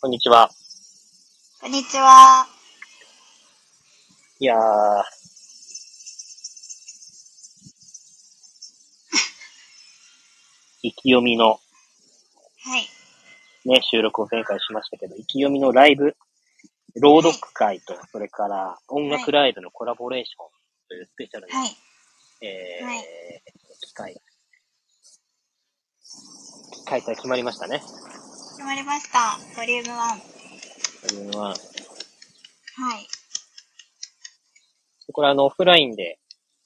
こんにちは。こんにちは。いやー。 意気読みのはい。ね、収録を前回しましたけど、意気読みのライブ、朗読会と、それから音楽ライブのコラボレーションというスペシャルな、はい。えーはい機会、開催決まりましたね。決まりました。ボリューム1。はというのは、い。これあの、オフラインで、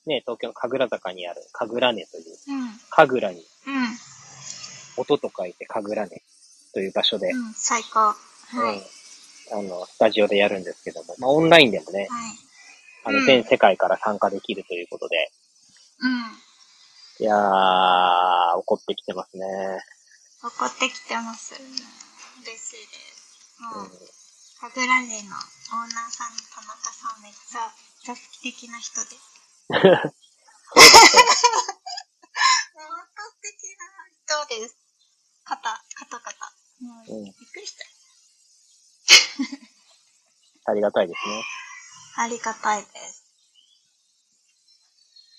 ね、東京の神楽坂にある、神楽根という、うん。神楽にう音と書いて神楽根という場所で、ん。うん。最高。はい。うん、あの、スタジオでやるんですけども、まあ、オンラインでもね、はい。あの、うん全世界から参加できるということで、うん。いやー、怒ってきてますね。怒ってきてます。うん嬉しいです。うもんう、カグラネのオーナーさんの田中さんめっちゃ、めっちゃ素敵な人です。 本当素敵な人です。肩、肩肩。もう、うんびっくりした。ありがたいですね。ありがたいです。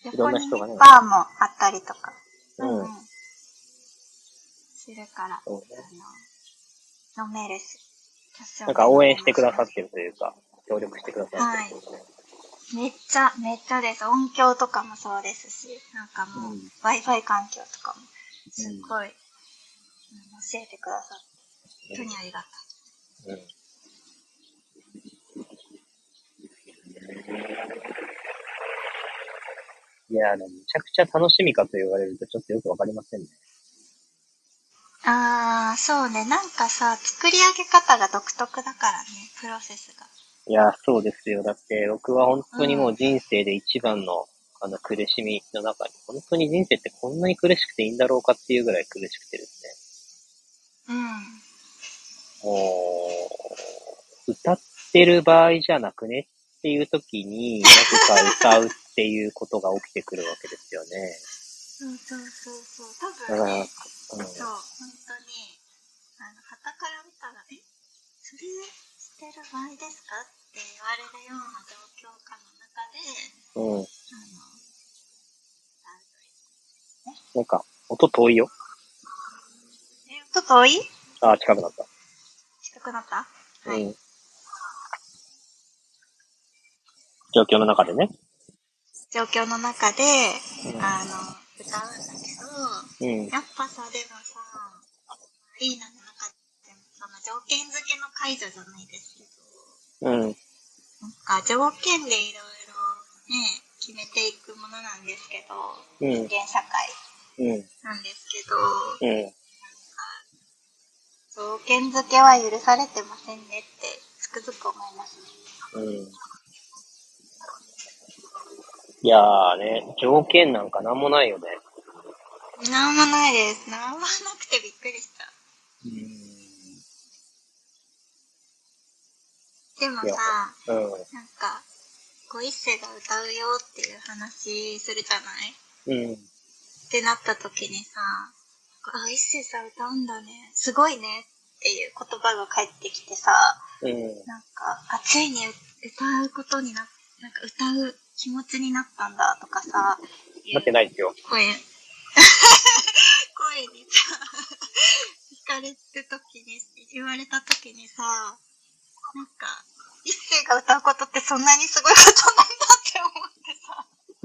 いろんな人がね横にバーもあったりとか。うんするから、そうねあの飲めるし。なんか応援してくださってるというか、協力してくださってるというかね。めっちゃ、めっちゃです。音響とかもそうですし、なんかもう、うん Wi-Fi 環境とかも、すっごい、うん教えてくださって、本当にありがたい。うんいやー、でもめちゃくちゃ楽しみかと言われるとちょっとよくわかりませんね。あー、そうね。なんかさ、作り上げ方が独特だからね、プロセスが。いやー、そうですよ。だって、僕は本当にもう人生で一番の、あの、苦しみの中に、本当に人生ってこんなに苦しくていいんだろうかっていうぐらい苦しくてですうん。ね、もう、歌ってる場合じゃなくねっていう時に、なぜか歌うっていうことが起きてくるわけですよね。そうそうそうそう。多だ分から、うんね、そう、本当に、あの、傍から見たら、えそれしてる場合ですかって言われるような状況下の中で、うん、あの、なんというなんか、音遠いよ。え、ちょっと遠いあー、近くなった。近くなったはうい。ん。状況の中でね。状況の中で、うんあの、歌うんだうけど、ん。やっぱさ、でもさ、アリーナの中でも、その条件付けの解除じゃないですけど、うん。なんか条件でいろいろね、決めていくものなんですけど、うん人間社会うん。なんですけど、うん。条件付けは許されてませんねって、つくづく思いますね。うんいやーね、条件なんかなんもないよね。なんもないです。なんもなくてびっくりした。でもいやさ、うん。なんか、ご一世が歌うよっていう話するじゃないうん。ってなった時にさ、あ、一星さん歌うんだね。すごいね。っていう言葉が返ってきてさ、うん。なんか、あ、ついに歌うことにな、なんか歌う気持ちになったんだとかさ、いなうってないですよ。声、声 にさ、聞かれて時に、言われた時にさ、なんか、一星が歌うことってそんなにすごいことなんだって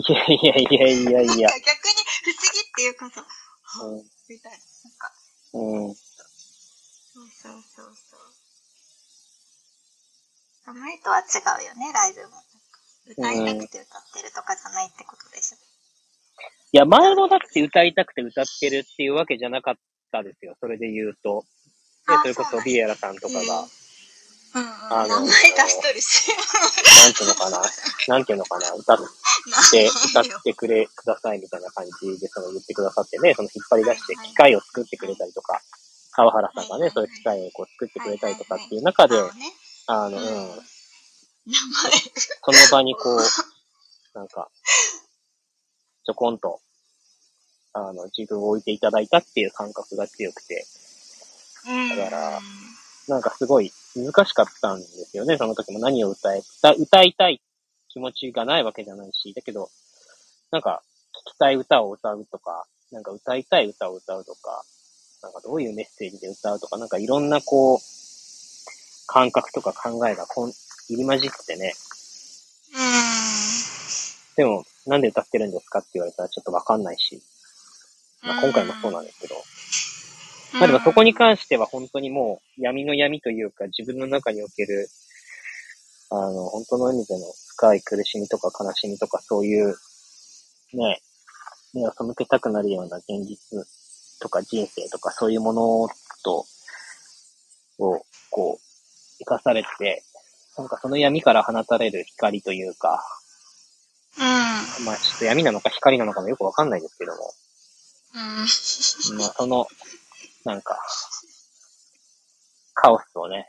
思ってさ、いやいやいやいやいやなん。か逆に不思議っていうかさ、みたいな。なんか、うん。うん。そうそうそうそう。前とは違うよね、ライブも。歌いたくて歌ってるとかじゃないってことでしょ。いや、前もだって歌いたくて歌ってるっていうわけじゃなかったですよ。それで言うと。であ、それこそうそなんだビエラさんとかが、うんうんあうのん。名前出しとるし。なんていうのかな、なんていうのかな、歌 って、歌っ名前をてくれ、くださいみたいな感じで、その言ってくださってね、その引っ張り出して機会を作ってくれたりとか、川原さんがはね、いそういう機会をこう作ってくれたりとかはいはいはいっていう中で、あねあの、うんうん、名前。その場に こう、なんか、ちょこんと、あの、自分を置いていただいたっていう感覚が強くて、うん。だからうんなんかすごい難しかったんですよね、その時も何を歌え、歌歌いたい気持ちがないわけじゃないし、だけど、なんか聞きたい歌を歌うとか、なんか歌いたい歌を歌うとか、なんかどういうメッセージで歌うとか、なんかいろんなこう、感覚とか考えがこん入り混じってね、うーでも、なんで歌ってるんですかって言われたらちょっとわかんないし、ん。まあ、今回もそうなんですけど、うんまあでもそこに関しては本当にもう闇の闇というか自分の中における、あの、本当の意味での深い苦しみとか悲しみとかそういう、ね、目を背けたくなるような現実とか人生とかそういうものと、を、こう、生かされて、なんかその闇から放たれる光というか、うまあちょっと闇なのか光なのかもよくわかんないですけども、ん。うん。まあその、なんか、カオスをね、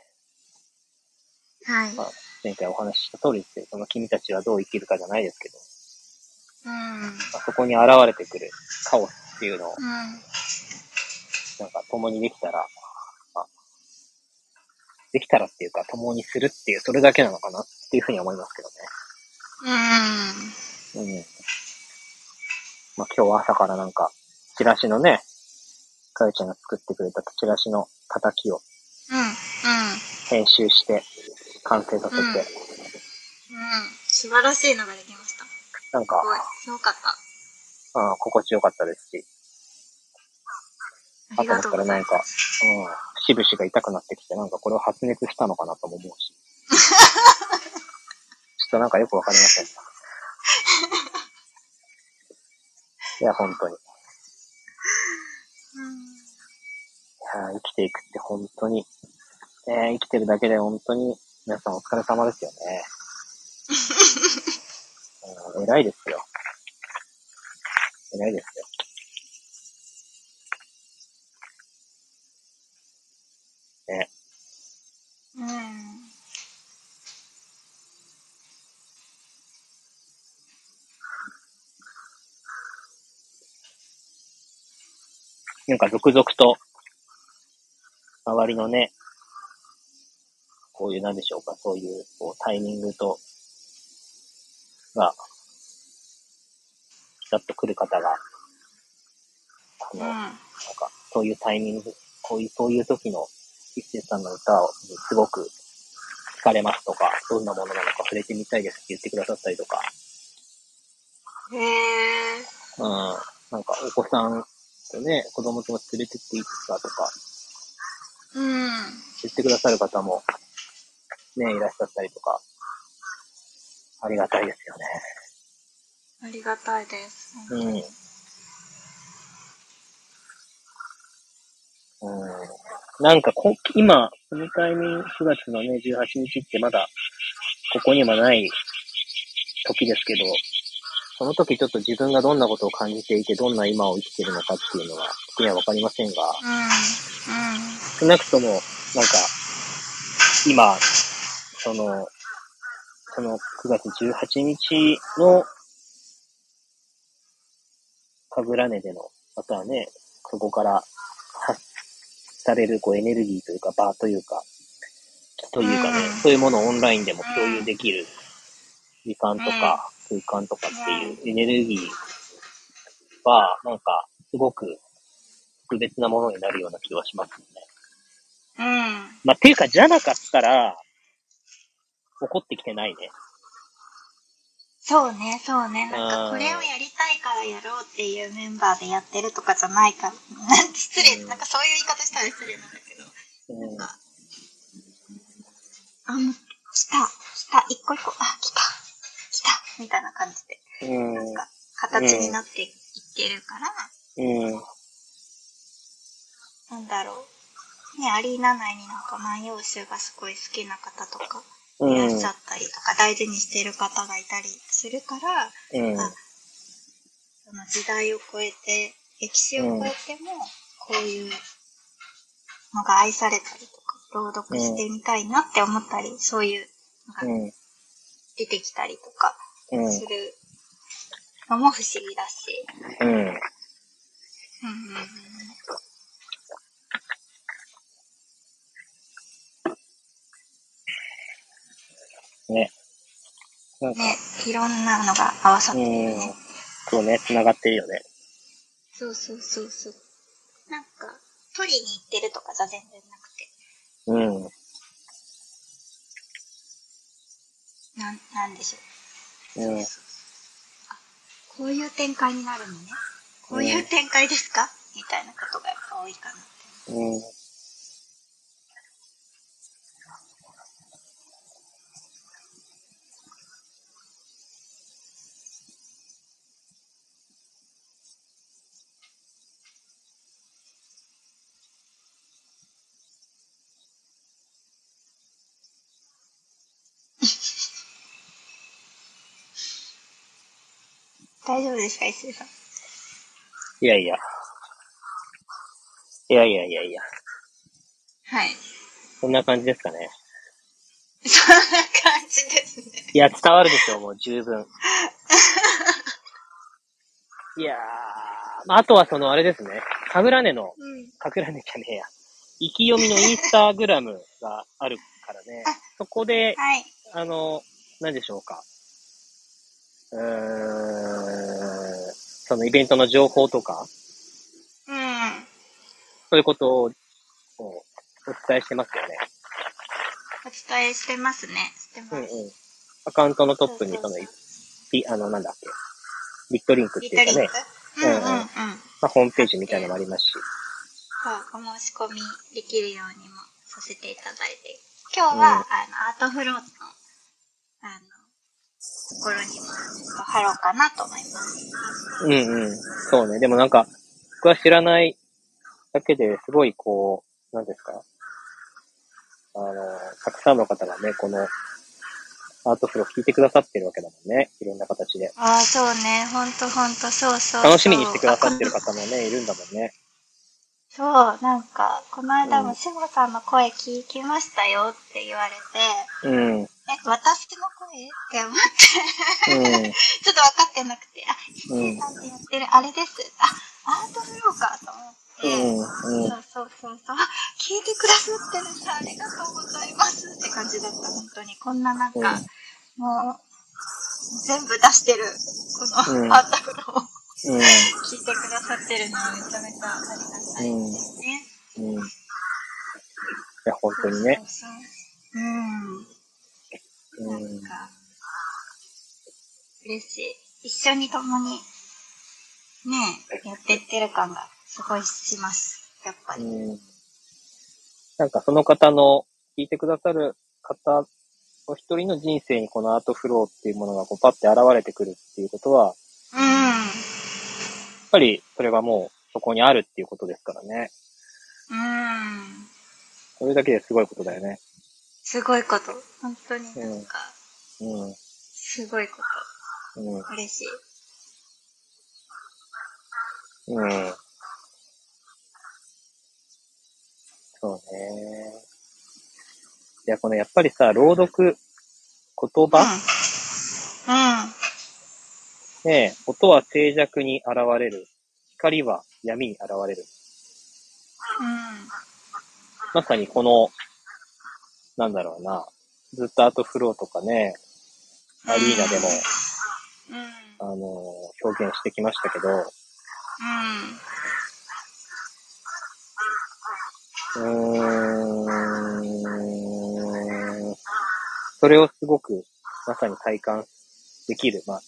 はい。まあ、前回お話しした通りですけど、その君たちはどう生きるかじゃないですけど、うん。まあ、そこに現れてくるカオスっていうのを、うん。なんか共にできたら、まあ、できたらっていうか、共にするっていう、それだけなのかなっていうふうに思いますけうん。どね。うん。まあ、今日は朝からなんか、チラシのね、かよちゃんが作ってくれたチラシの叩きをうん。うん。編集して、完成させて、うんうん。素晴らしいのができました。すなんか、ごい。よかった。うん、心地よかったですし、あありとだがっとうたごらざないんまか、うん、節々が痛くなってきて、なんかこれを発熱したのかなとも思 うし。ちょっとなんかよくわかりません。いや、本当に。いす。うん。や生きていくって本当に、ね、生きてるだけで本当に皆さんお疲れ様ですよ ね。うん、偉いですよ。偉いですよ。うん。なんか続々と、周りのね、こういう、なんでしょうか、そういう、こう、タイミングと、が、ピタッと来る方が、あうの、ん。うなんん。か、そういうタイミング、こういう、そういう時の、一星さんの歌を、すごく、聞かれますとか、どんなものなのか触れてみたいですって言ってくださったりとか、へえ。うん、なんか、お子さんとね、子供と連れてっていいですかとか、うん。言ってくださる方も、ね、いらっしゃったりとか、ありがたいですよありがたいです。ね。うん。うん。なんかこ、今、このタイミング、9月のね、18日ってまだ、ここにはない時ですけど、その時ちょっと自分がどんなことを感じていて、どんな今を生きてるのかっていうのは、僕にはわかりませんが、うん。うん。少なくとも、なんか、今、その、その9月18日の、神楽根での、またはね、そこから発されるこうエネルギーというか、場というか、というかねうん、そういうものをオンラインでも共有できる時間とか、空間とかっていうエネルギーは、なんか、すごく特別なものになるような気はしますよね。うん。まあ、ていうか、じゃなかったら、怒ってきてないね。そうね、そうね。なんあーか、これをやりたいからやろうっていうメンバーでやってるとかじゃないから。 なんて失礼、うんなんかそういう言い方したら失礼なんだけど。うん。あ、もう、来た、来た、一個一個、あ、来た、来た、みたいな感じで、うん。なんか、形になっていってるから、うん。なんだろう。ね、アリーナ内になんか万葉集がすごい好きな方とか、いらっしゃったりとか、大事にしてる方がいたりするから、うん。その時代を超えて、歴史を超えても、こういうのが愛されたりとか、朗読してみたいなって思ったり、そういううのがん。出てきたりとかうん。するのも不思議だし。うん。うんうんうんなんか、ね、いろんなのが合わさってるようんね。。そうね、繋がってるよね。そうそうそうそう。なんか、取りに行ってるとかじゃ全然なくて。うん。なん、なんでしょう。うんそうそうそうあ、こういう展開になるのね。こういう展開ですか、みたいなことがやっぱ多いかな。うん。大丈夫ですか、石井さん。いやいや。いやいやいやいや。はい。 そんな感じですかね。そんな感じですね。いや、伝わるでしょう、もう十分。いやー、まあ、あとはその、あれですね。カグラネの、うん。カグラネじゃねえや。意気読みのインスタグラムがあるからね。そこで、はい。あの、何でしょうか。うーん、そのイベントの情報とか、うん。そういうことをこうお伝えしてますよね。お伝えしてますね。してます。うんうん。アカウントのトップに、そそうのそうそう、ピあの、なんだっけ、ビットリンクってリいトうかリンねク、ううんんううんんうん。まあ、ホームページみたいなのもありますし。そう、お申し込みできるようにもさせていただいて。今日は、うんあの、アートフロートの、あの、ところにも貼ろうかなと思います。うんうん。そうね。でもなんか、僕は知らないだけですごいこう、なんですかあの、たくさんの方がね、このアートフロー聞いてくださってるわけだもんね。いろんな形で。ああ、そうね。ほんとほんと、そうそうそう。楽しみにしてくださってる方もね、いるんだもんね。そう、なんか、この間も志保さんの声聞きましたよって言われうて、ん。うん。え、私の声って思って、ちょっと分かってなくて、あ、ヒデさんってやってる、あれです。あ、アートフローかとう思って、ん。うん。そうそうそうそう、あ聞いてくださってるんだ、ありがとうございますって感じだった、本当に。こんななんか、うんもう、全部出してる、こうんのアートフローをうん。聞いてくださってるのはめちゃめちゃありがたいですね。うん。いや、本当にね。そうそうそう。うん。うなんん。か、嬉しい。一緒に共に、ねえ、やってってる感がすごいします。やっぱり。うん。うんなんかその方の、聞いてくださる方お一人の人生にこのアートフローっていうものがこうパッて現れてくるっていうことは、やっぱりそれがもうそこにあるっていうことですからね。うん。それだけですごいことだよね。すごいこと。本当になんか、うん。すごいこうん。と。嬉しい。うん。そうね。いや、このやっぱりさ、朗読、言うん。う葉、ん。ねえ音は静寂に現れる。光は闇に現れる。うん。まさにこの、なんだろうな、ずっとアートフローとかね、アリーナでも、うん。うん。あの表現してきましたけど、うーん、それをすごく、まさに体感できる。まあ、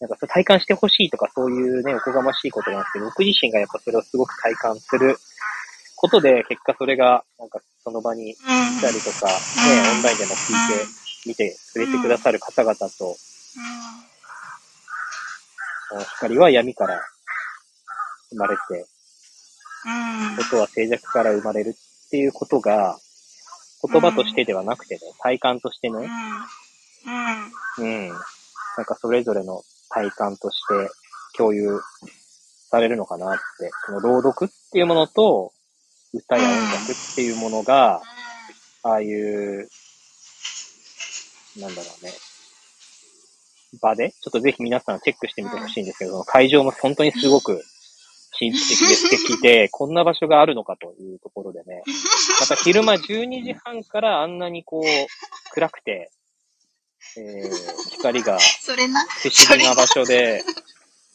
なんかそれ体感してほしいとかそういうね、おこがましいことなんですけど、僕自身がやっぱそれをすごく体感することで、結果それが、なんかその場にうん。来たりとか、ね、うんオンラインでも聞いて、見てくれてくださる方々と、う光は闇から生まれて、ん。うん。音は静寂から生まれるっていうことが、言葉としてではなくてね、体感としてうん。ね、ううん。ん。なんかそれぞれの体感として共有されるのかなって、その朗読っていうものと、歌や音楽っていうものが、ああいう、なんだろうね、場で、ちょっとぜひ皆さんチェックしてみてほしいんですけど、会場も本当にすごく神秘的で素敵で、こんな場所があるのかというところでね、また昼間12時半からあんなにこう、暗くて、えー光がそれな。不思議な場所で、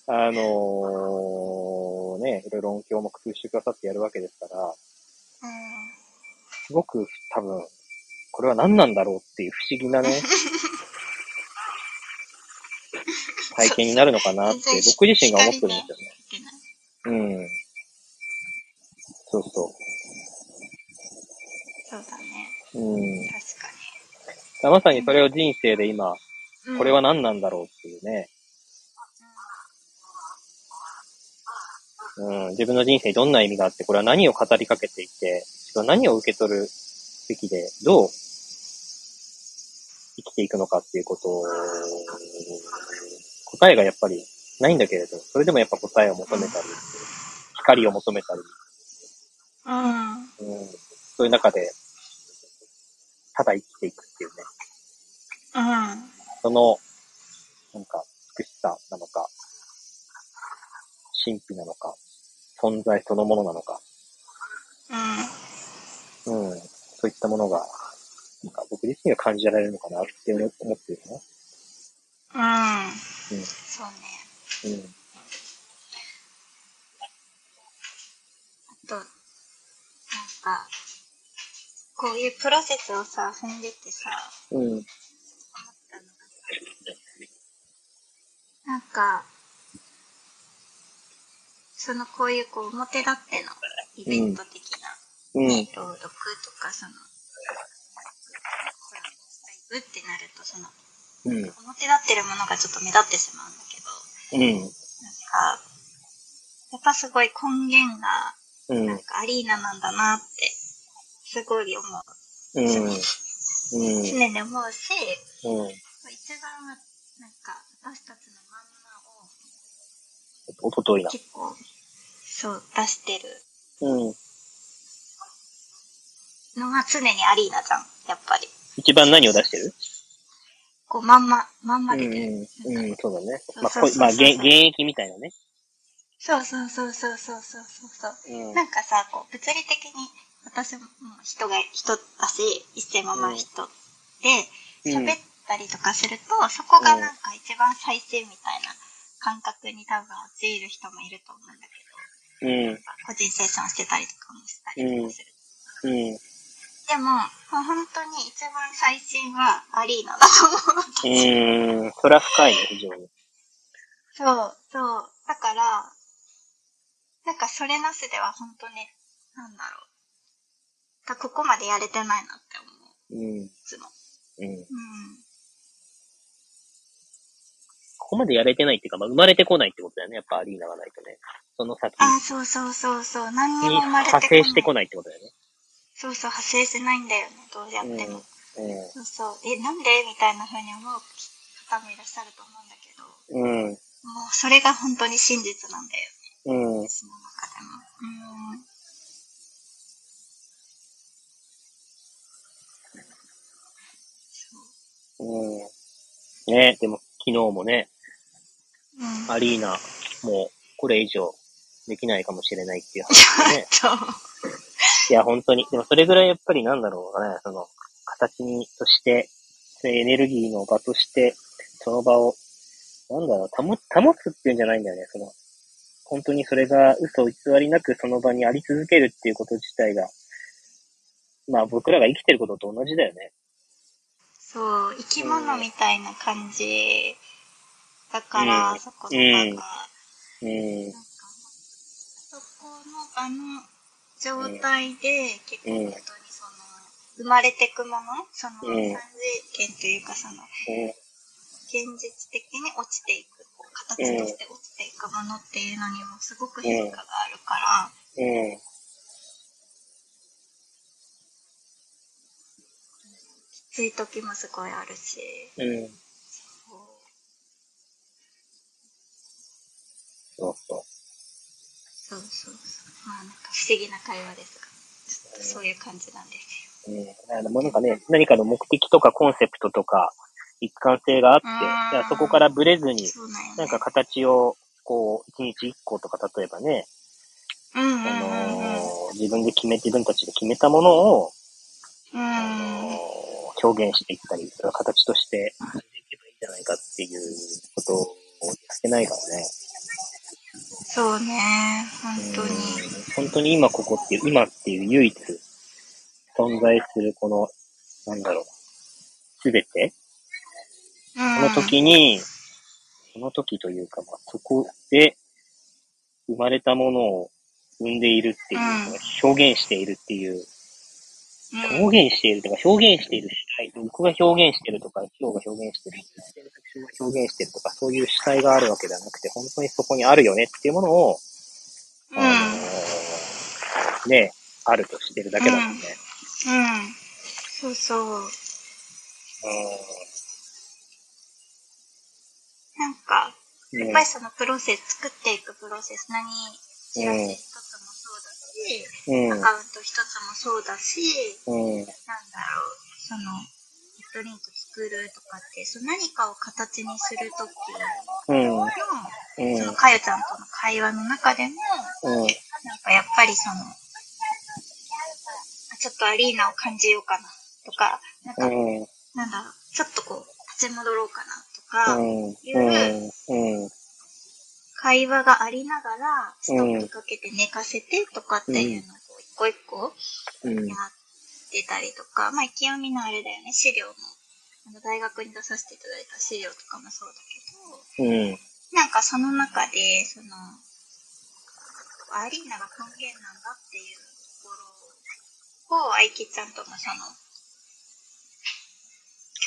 あのーね、いろいろ音響も工夫してくださってやるわけですから、うん。すごく多分、これは何なんだろうっていう不思議なね、体験になるのかなって、僕自身が思ってるんですよね。いけない。うん。そうそそうだね。う。うん。だか確からまさにそれを人生で今、に。うんこれは。何なんだろうっていうね。うん、自分の人生にどんな意味があって、これは何を語りかけていて、自分は何を受け取るべきで、どう生きていくのかっていうことを、答えがやっぱりないんだけれど、それでもやっぱ答えを求めたり、光を求めたり、うん。うん、そういう中で、ただ生きていくっていうね、うん。その、なんか、美しさなのか、神秘なのか、存在そのものなのか、うん。うん、そういったものが、なんか僕自身が感じられるのかなって思思ってるようん。うんそうね。ね。あと、なんか、こういうプロセスをさ、踏んでってさ、うん。うん。思ったのがなんか、そのこういうこう表立ってのイベント的な、うん。朗読とかその、コラボライブってなるとその、うん。表立ってるものがちょっと目立ってしまうんだけうど、ん。なんか、やっぱすごい根源が、うなんん。かアリーナなんだなって、すごい思う。うん。常に思うし、うん。一番は、なんか、私たちのまんまをおとといな。結構、そう、出してるうん。のが常にアリーナじゃん、やっぱり。一番何を出してるこう、まんま、まんうまん出てる。うん。うん。そうだね。まあ、そうこそうそうそうまあ、現現役みたいなね。そうそうそうそうそうそうそう。うん。なんかさ、こう、物理的に、私も人が、人だし、一世もまあ人で、うん喋ったりとかすると、そこがなんか一番最生みたいな感覚に多分陥る人もいると思うんうだけど、ん。個人セッションしてたりとかもしたりとかすうる。ん。でも、もう本当に一番最新はアリーナだと思う。うん。それは深いね、非常に。そう、そう。だから、なんかそれなしでは本当に、なんだろう。だここまでやれてないなって思う、うん。いつも。うん。うん。ここまでやれてないっていうか、まあ、生まれてこないってことだよね。やっぱアリーナがないとね。その先あ、そうそうそうそう。何ににも生まれてこな派い。生してこないってことだよね。そうそう、派生しないんだよね。どうやってうも。ん。そうそう。え、なんでみたいな風に思う方もいらっしゃると思うんだけど、うん。もうそれが本当に真実なんだよ。うん。私の中でも。うん。そう。うん。ねでも昨日もね、うん。アリーナ、もうこれ以上できないかもしれないっていうち。話でねょっと。いや、本当に。でもそれぐらいやっぱりなんだろうね、その、形に、として、そういうエネルギーの場として、その場を、なんだろう、保つ、保つっていうんじゃないんだよね、その、本当にそれが嘘偽りなくその場にあり続けるっていうこと自体が、まあ僕らが生きてることと同じだよね。そう、生き物みたいな感じだから、うんそこうの場が、んなんか、うん。そこの場の状態で、結構うん本当にその、生まれてくもの、その、うん三次元というか、その、現実的に落ちていく、こう形として落ちていくものっていうのにもすごく変化があるから、うん。うん。きつい時もすごいあるし、うん。そうこうそう。そうそうそう。まあなんか不思議な会話ですが、ちょっとそういう感じなんですうん、あのもうなんかね、何かの目的とかコンセプトとか、一貫性があって、うんじゃあそこからブレずによ。、そうなんよ、ね。なんか、形を、こう、一日一個とか、例えばね、うんうんうんあうん。のー自分で決め、自分たちで決めたものを、うんあのー表現していったり、それは形としてしていけばいいんじゃないかっていうことをやってないからね。そうね、本当に。うん本当に今ここっていう、今っていう唯一存在するこの、なんだろう、すべてうん。その時に、その時というか、まあ、そこで生まれたものを生んでいるっていう、う表現しているっていう、うん、表現しているとか、表現している主体、僕が表現しているとか、ヒロが表現している、私が表現しているとか、そういう主体があるわけではなくて、本当にそこにあるよねっていうものを、あのうん。ーね、あるとしてるだけだもんね。うん。そうそう。なんか、うんやっぱりそのプロセス、作っていくプロセス、何、知らせ一つもそうだし、うんアカウント一つもそうだし、うん。うん。なんだろう、その、リットリンク作るとかって、その何かを形にするときうん。の、うん。そのかゆちゃんとの会話の中でも、うん。なんかやっぱりその、あちょっとアリーナを感じようかなとか、なんか、うん。なんだろう、ちょっとこう、立ち戻ろうかなとか、うん。うん。うん。会話がありながら、ストップかけて寝かせてとかっていうのをこう一個一個うんやってたりとか、まあ、清美のあれだよね、資料も。あの大学に出させていただいた資料とかもそうだけうん。ど、なんかその中で、その、アリーナが根源なんだっていうところを、愛きちゃんともその、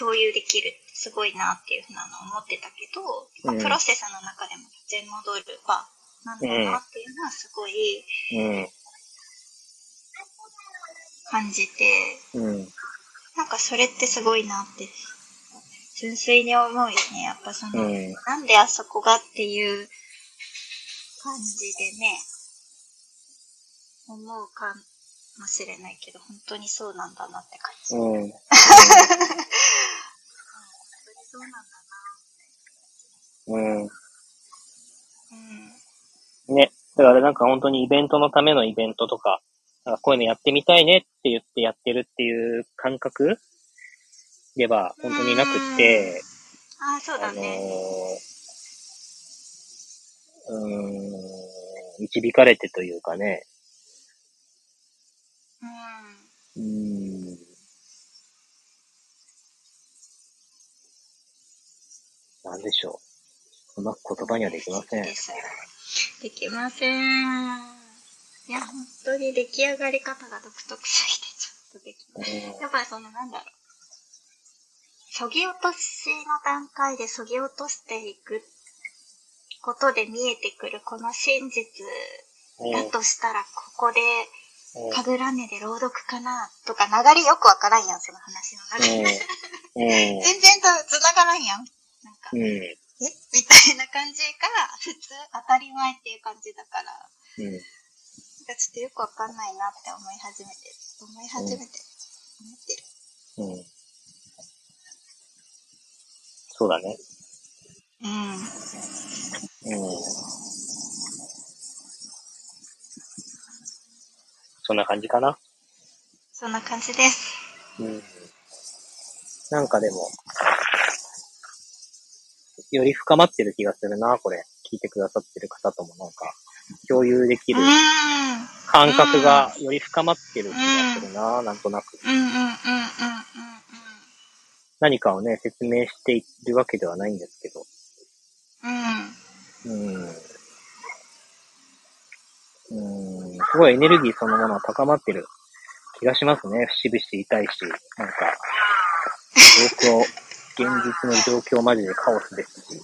共有できるってすごいなっていうふうなのを思ってたけど、まあうんプロセスの中でも立ち戻る場なんだなっていうのはすごいうん。感じて、うん。なんかそれってすごいなって、純粋に思うよね。やっぱその、うんなんであそこがっていう感じでね、思うかもしれないけど、本当にそうなんだなって感じ。本うん。当にそうなんだうん。な。うん。ね。だからなんか本当にイベントのためのイベントとか、なんかこういうのやってみたいねって言ってやってるっていう感覚では本当になくって、ああ、そうあだのね。ー、うーん、導かれてというかね、うん。うーん、なんでしょう。うまく言葉にはできません。ですできません。いや、本当に出来上がり方が独特すぎて、ちょっとできない。やっぱりその、なんだろう。そぎ落としの段階でそぎ落としていくことで見えてくるこの真実うんだとしたら、ここで、うん神楽根で朗読かなとか、流れよくわからんやん、その話の流れ。うん。全然と繋がらんやん。なんか。うん。うん。えみたいな感じが普通当たり前っていう感じだから、なうんんかちょっとよくわかんないなって思い始めてる。思い始めてる。思ってる。うん。そうだね。うん。うん。そんな感じかな。そんな感じです。うん。なんかでも、より深まってる気がするな、これ。聞いてくださってる方ともなんか、共有できうるん。うん感覚がより深まってる気がするな、なんとなく。うんうんうんうんうん。何かをね、説明しているわけではないんですけど。うん。うん。うん。すごいエネルギーそのものは高まってる気がしますね。節々痛いし、なんか、状況、現実の状況マジでカオスですし。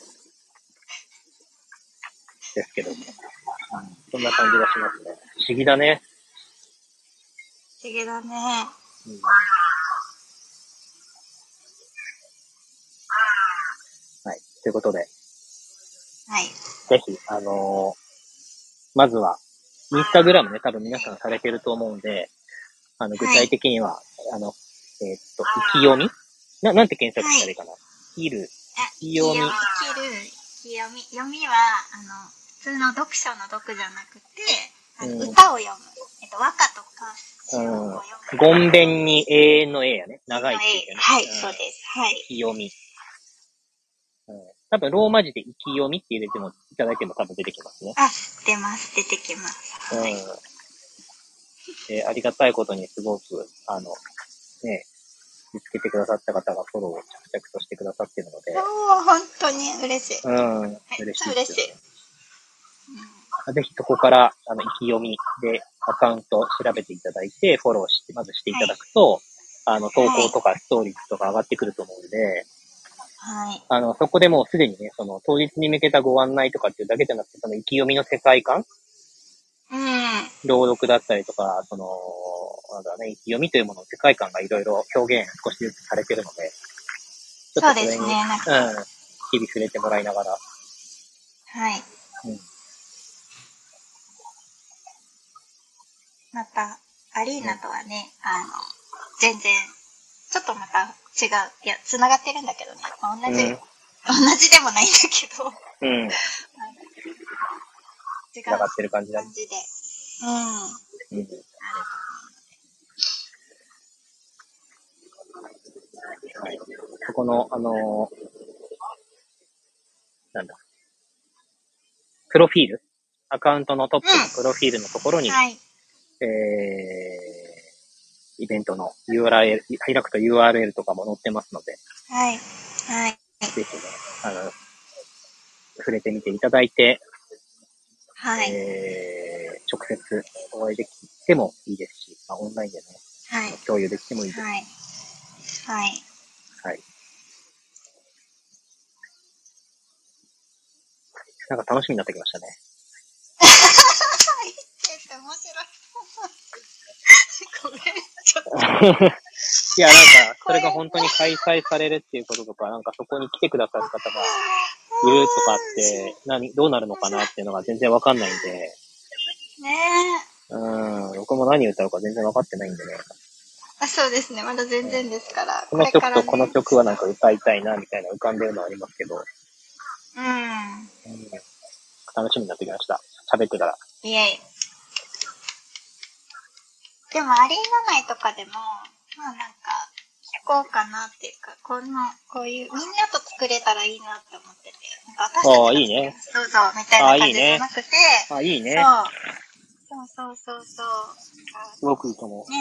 ですけども。うんそんな感じがしますね。不思議だね。不思議だね。うんはい。ということで、はい。ぜひ、あのーまずは、インスタグラムね、多分皆さんされてると思うんで、あの、具体的には、あの、えーっと、生き読みな、なんて検索したらいいかな、生きる。あ、いい読み生きる、生き読み。読みは、あの、普通の読書の読じゃなくて、あうのん歌を読む。えっと、和歌とか、しようもよくごんべんに永遠の A やね。長いはいっていうね。はい、んそうです。はい。生き読み。うん、多分、ローマ字で生き読みって入れても、いただいても多分出てきますね。あ、出ます。出てきます。はい。うん、でありがたいことにすごく、あの、ね、見つけてくださった方がフォローを着々としてくださってるので、もう本当に嬉しい。うん、はい、嬉しいで嬉すしよいね。。うんぜひそこから、あの、意気読みでアカウントを調べていただいて、フォローして、まずしていただくと、あの、投稿とかストーリーとか上がってくると思うんで、はい。あの、そこでもうすでにね、その、当日に向けたご案内とかっていうだけじゃなくて、その、意気読みの世界観、うん。朗読だったりとか、その、なんだね、意気読みというものの世界観がいろいろ表現少しずつされてるので、ちょそっうとでそれすに、ね。なんかうん、日々触れてもらいながら、はい。うん、また、アリーナとはね、あの、全然、ちょっとまた違う。いや、繋がってるんだけどね。まあ同じ、うん同じでもないんだけど、うん、違繋がっうてる感じだね感。じで。うん。うんはい。そこの、あのーなんだ。プロフィールアカウントのトップうんのプロフィールのところに、はい。えー、イベントの URL、開くと URL とかも載ってますので、はい。はい。ぜひね、あの、触れてみていただいて、はい。えー、直接お会いできてもいいですし、まあ、オンラインでね、はい。共有できてもいいです。はい。はい。はい。なんか楽しみになってきましたね。はい。って面白い。ごめん。ちょっと。いや、なんか、それが本当に開催されるっていうこととか、なんかそこに来てくださる方がいるとかって、何、どうなるのかなっていうのが全然わかんないんで、ねえ。うん、僕も何歌うか全然わかってないんでね、あそうですね。まだ全然ですから。この曲れからとねこの曲はなんか歌いたいな、みたいな浮かんでるのはありますけど、うん。うん楽しみになってきました。喋ってたら。イエイ。でも、アリーナ内とかでも、まあなんか、聞こうかなっていうか、こんな、こういう、みんなと作れたらいいなって思ってて、なんか私たちああがいいねどうぞ、みたいなああい感じいじゃねなくて、あ、いいね。そうそうそうそうそう。すごくいいと思ね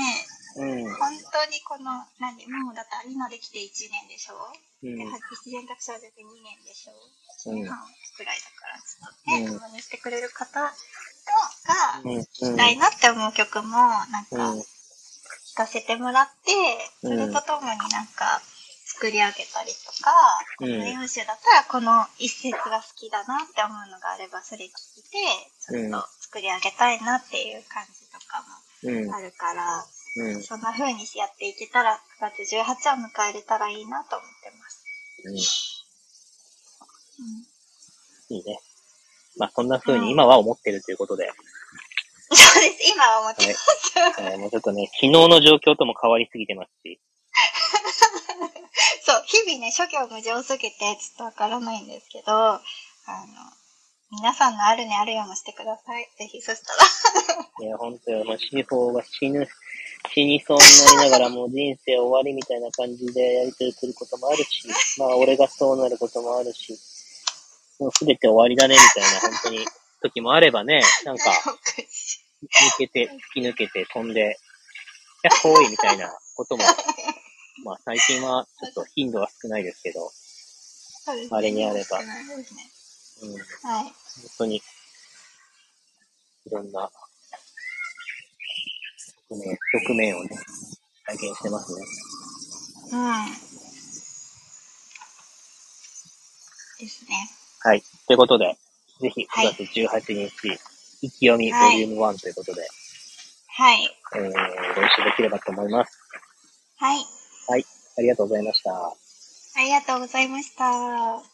う。うん。え、本当にこの、何、もうだってアリーナできて1年でしょ、うんで、発揮選択肢は出て2年でしょうんまあぐらいだから、うちょっとね、ん共にしてくれる方とが、うん。うん聴きたいなって思う曲も、なんうかん。、聴かせてもらって、それとともになんか、作り上げたりとか、うこんの4種だったらこの一節が好きだなって思うのがあれば、それ聞いて、ちょっと作り上げたいなっていう感じとかうんもあ。るから、うん。そんな風にやっていけたら、9月18を迎えれたらいいなと思ってます。うんうんいいね。まあ、そんな風に今は思ってるということで、そうです、今は思ってえーもうちょっとね、昨日の状況とも変わりすぎてますし、そう、日々ね、諸行無常すぎて、ちょっとわからないんですけど、あの、皆さんのあるね、あるようもしてください。ぜひ、そしたら。いや、本当よ、もう死にそうが死ぬ、死にそうになりながらもう人生終わりみたいな感じでやりとりすることもあるし、まあ、俺がそうなることもあるし、もうすべて終わりだね、みたいな、本当に、時もあればね、なんか、抜けて、突き抜けて飛んで、やっほーい、みたいなことも、まあ、最近はちょっと頻度は少ないですけど、そうですねあれにあればそうですねうんはい。本当に、いろんな、局面、局面をね、体験してますね。うん。ですね。はい。ということで、ぜひはい9月18日、意気読みボリューム1ということで、はい。えー、練習できればと思います。はい。はい。ありがとうございました。ありがとうございました。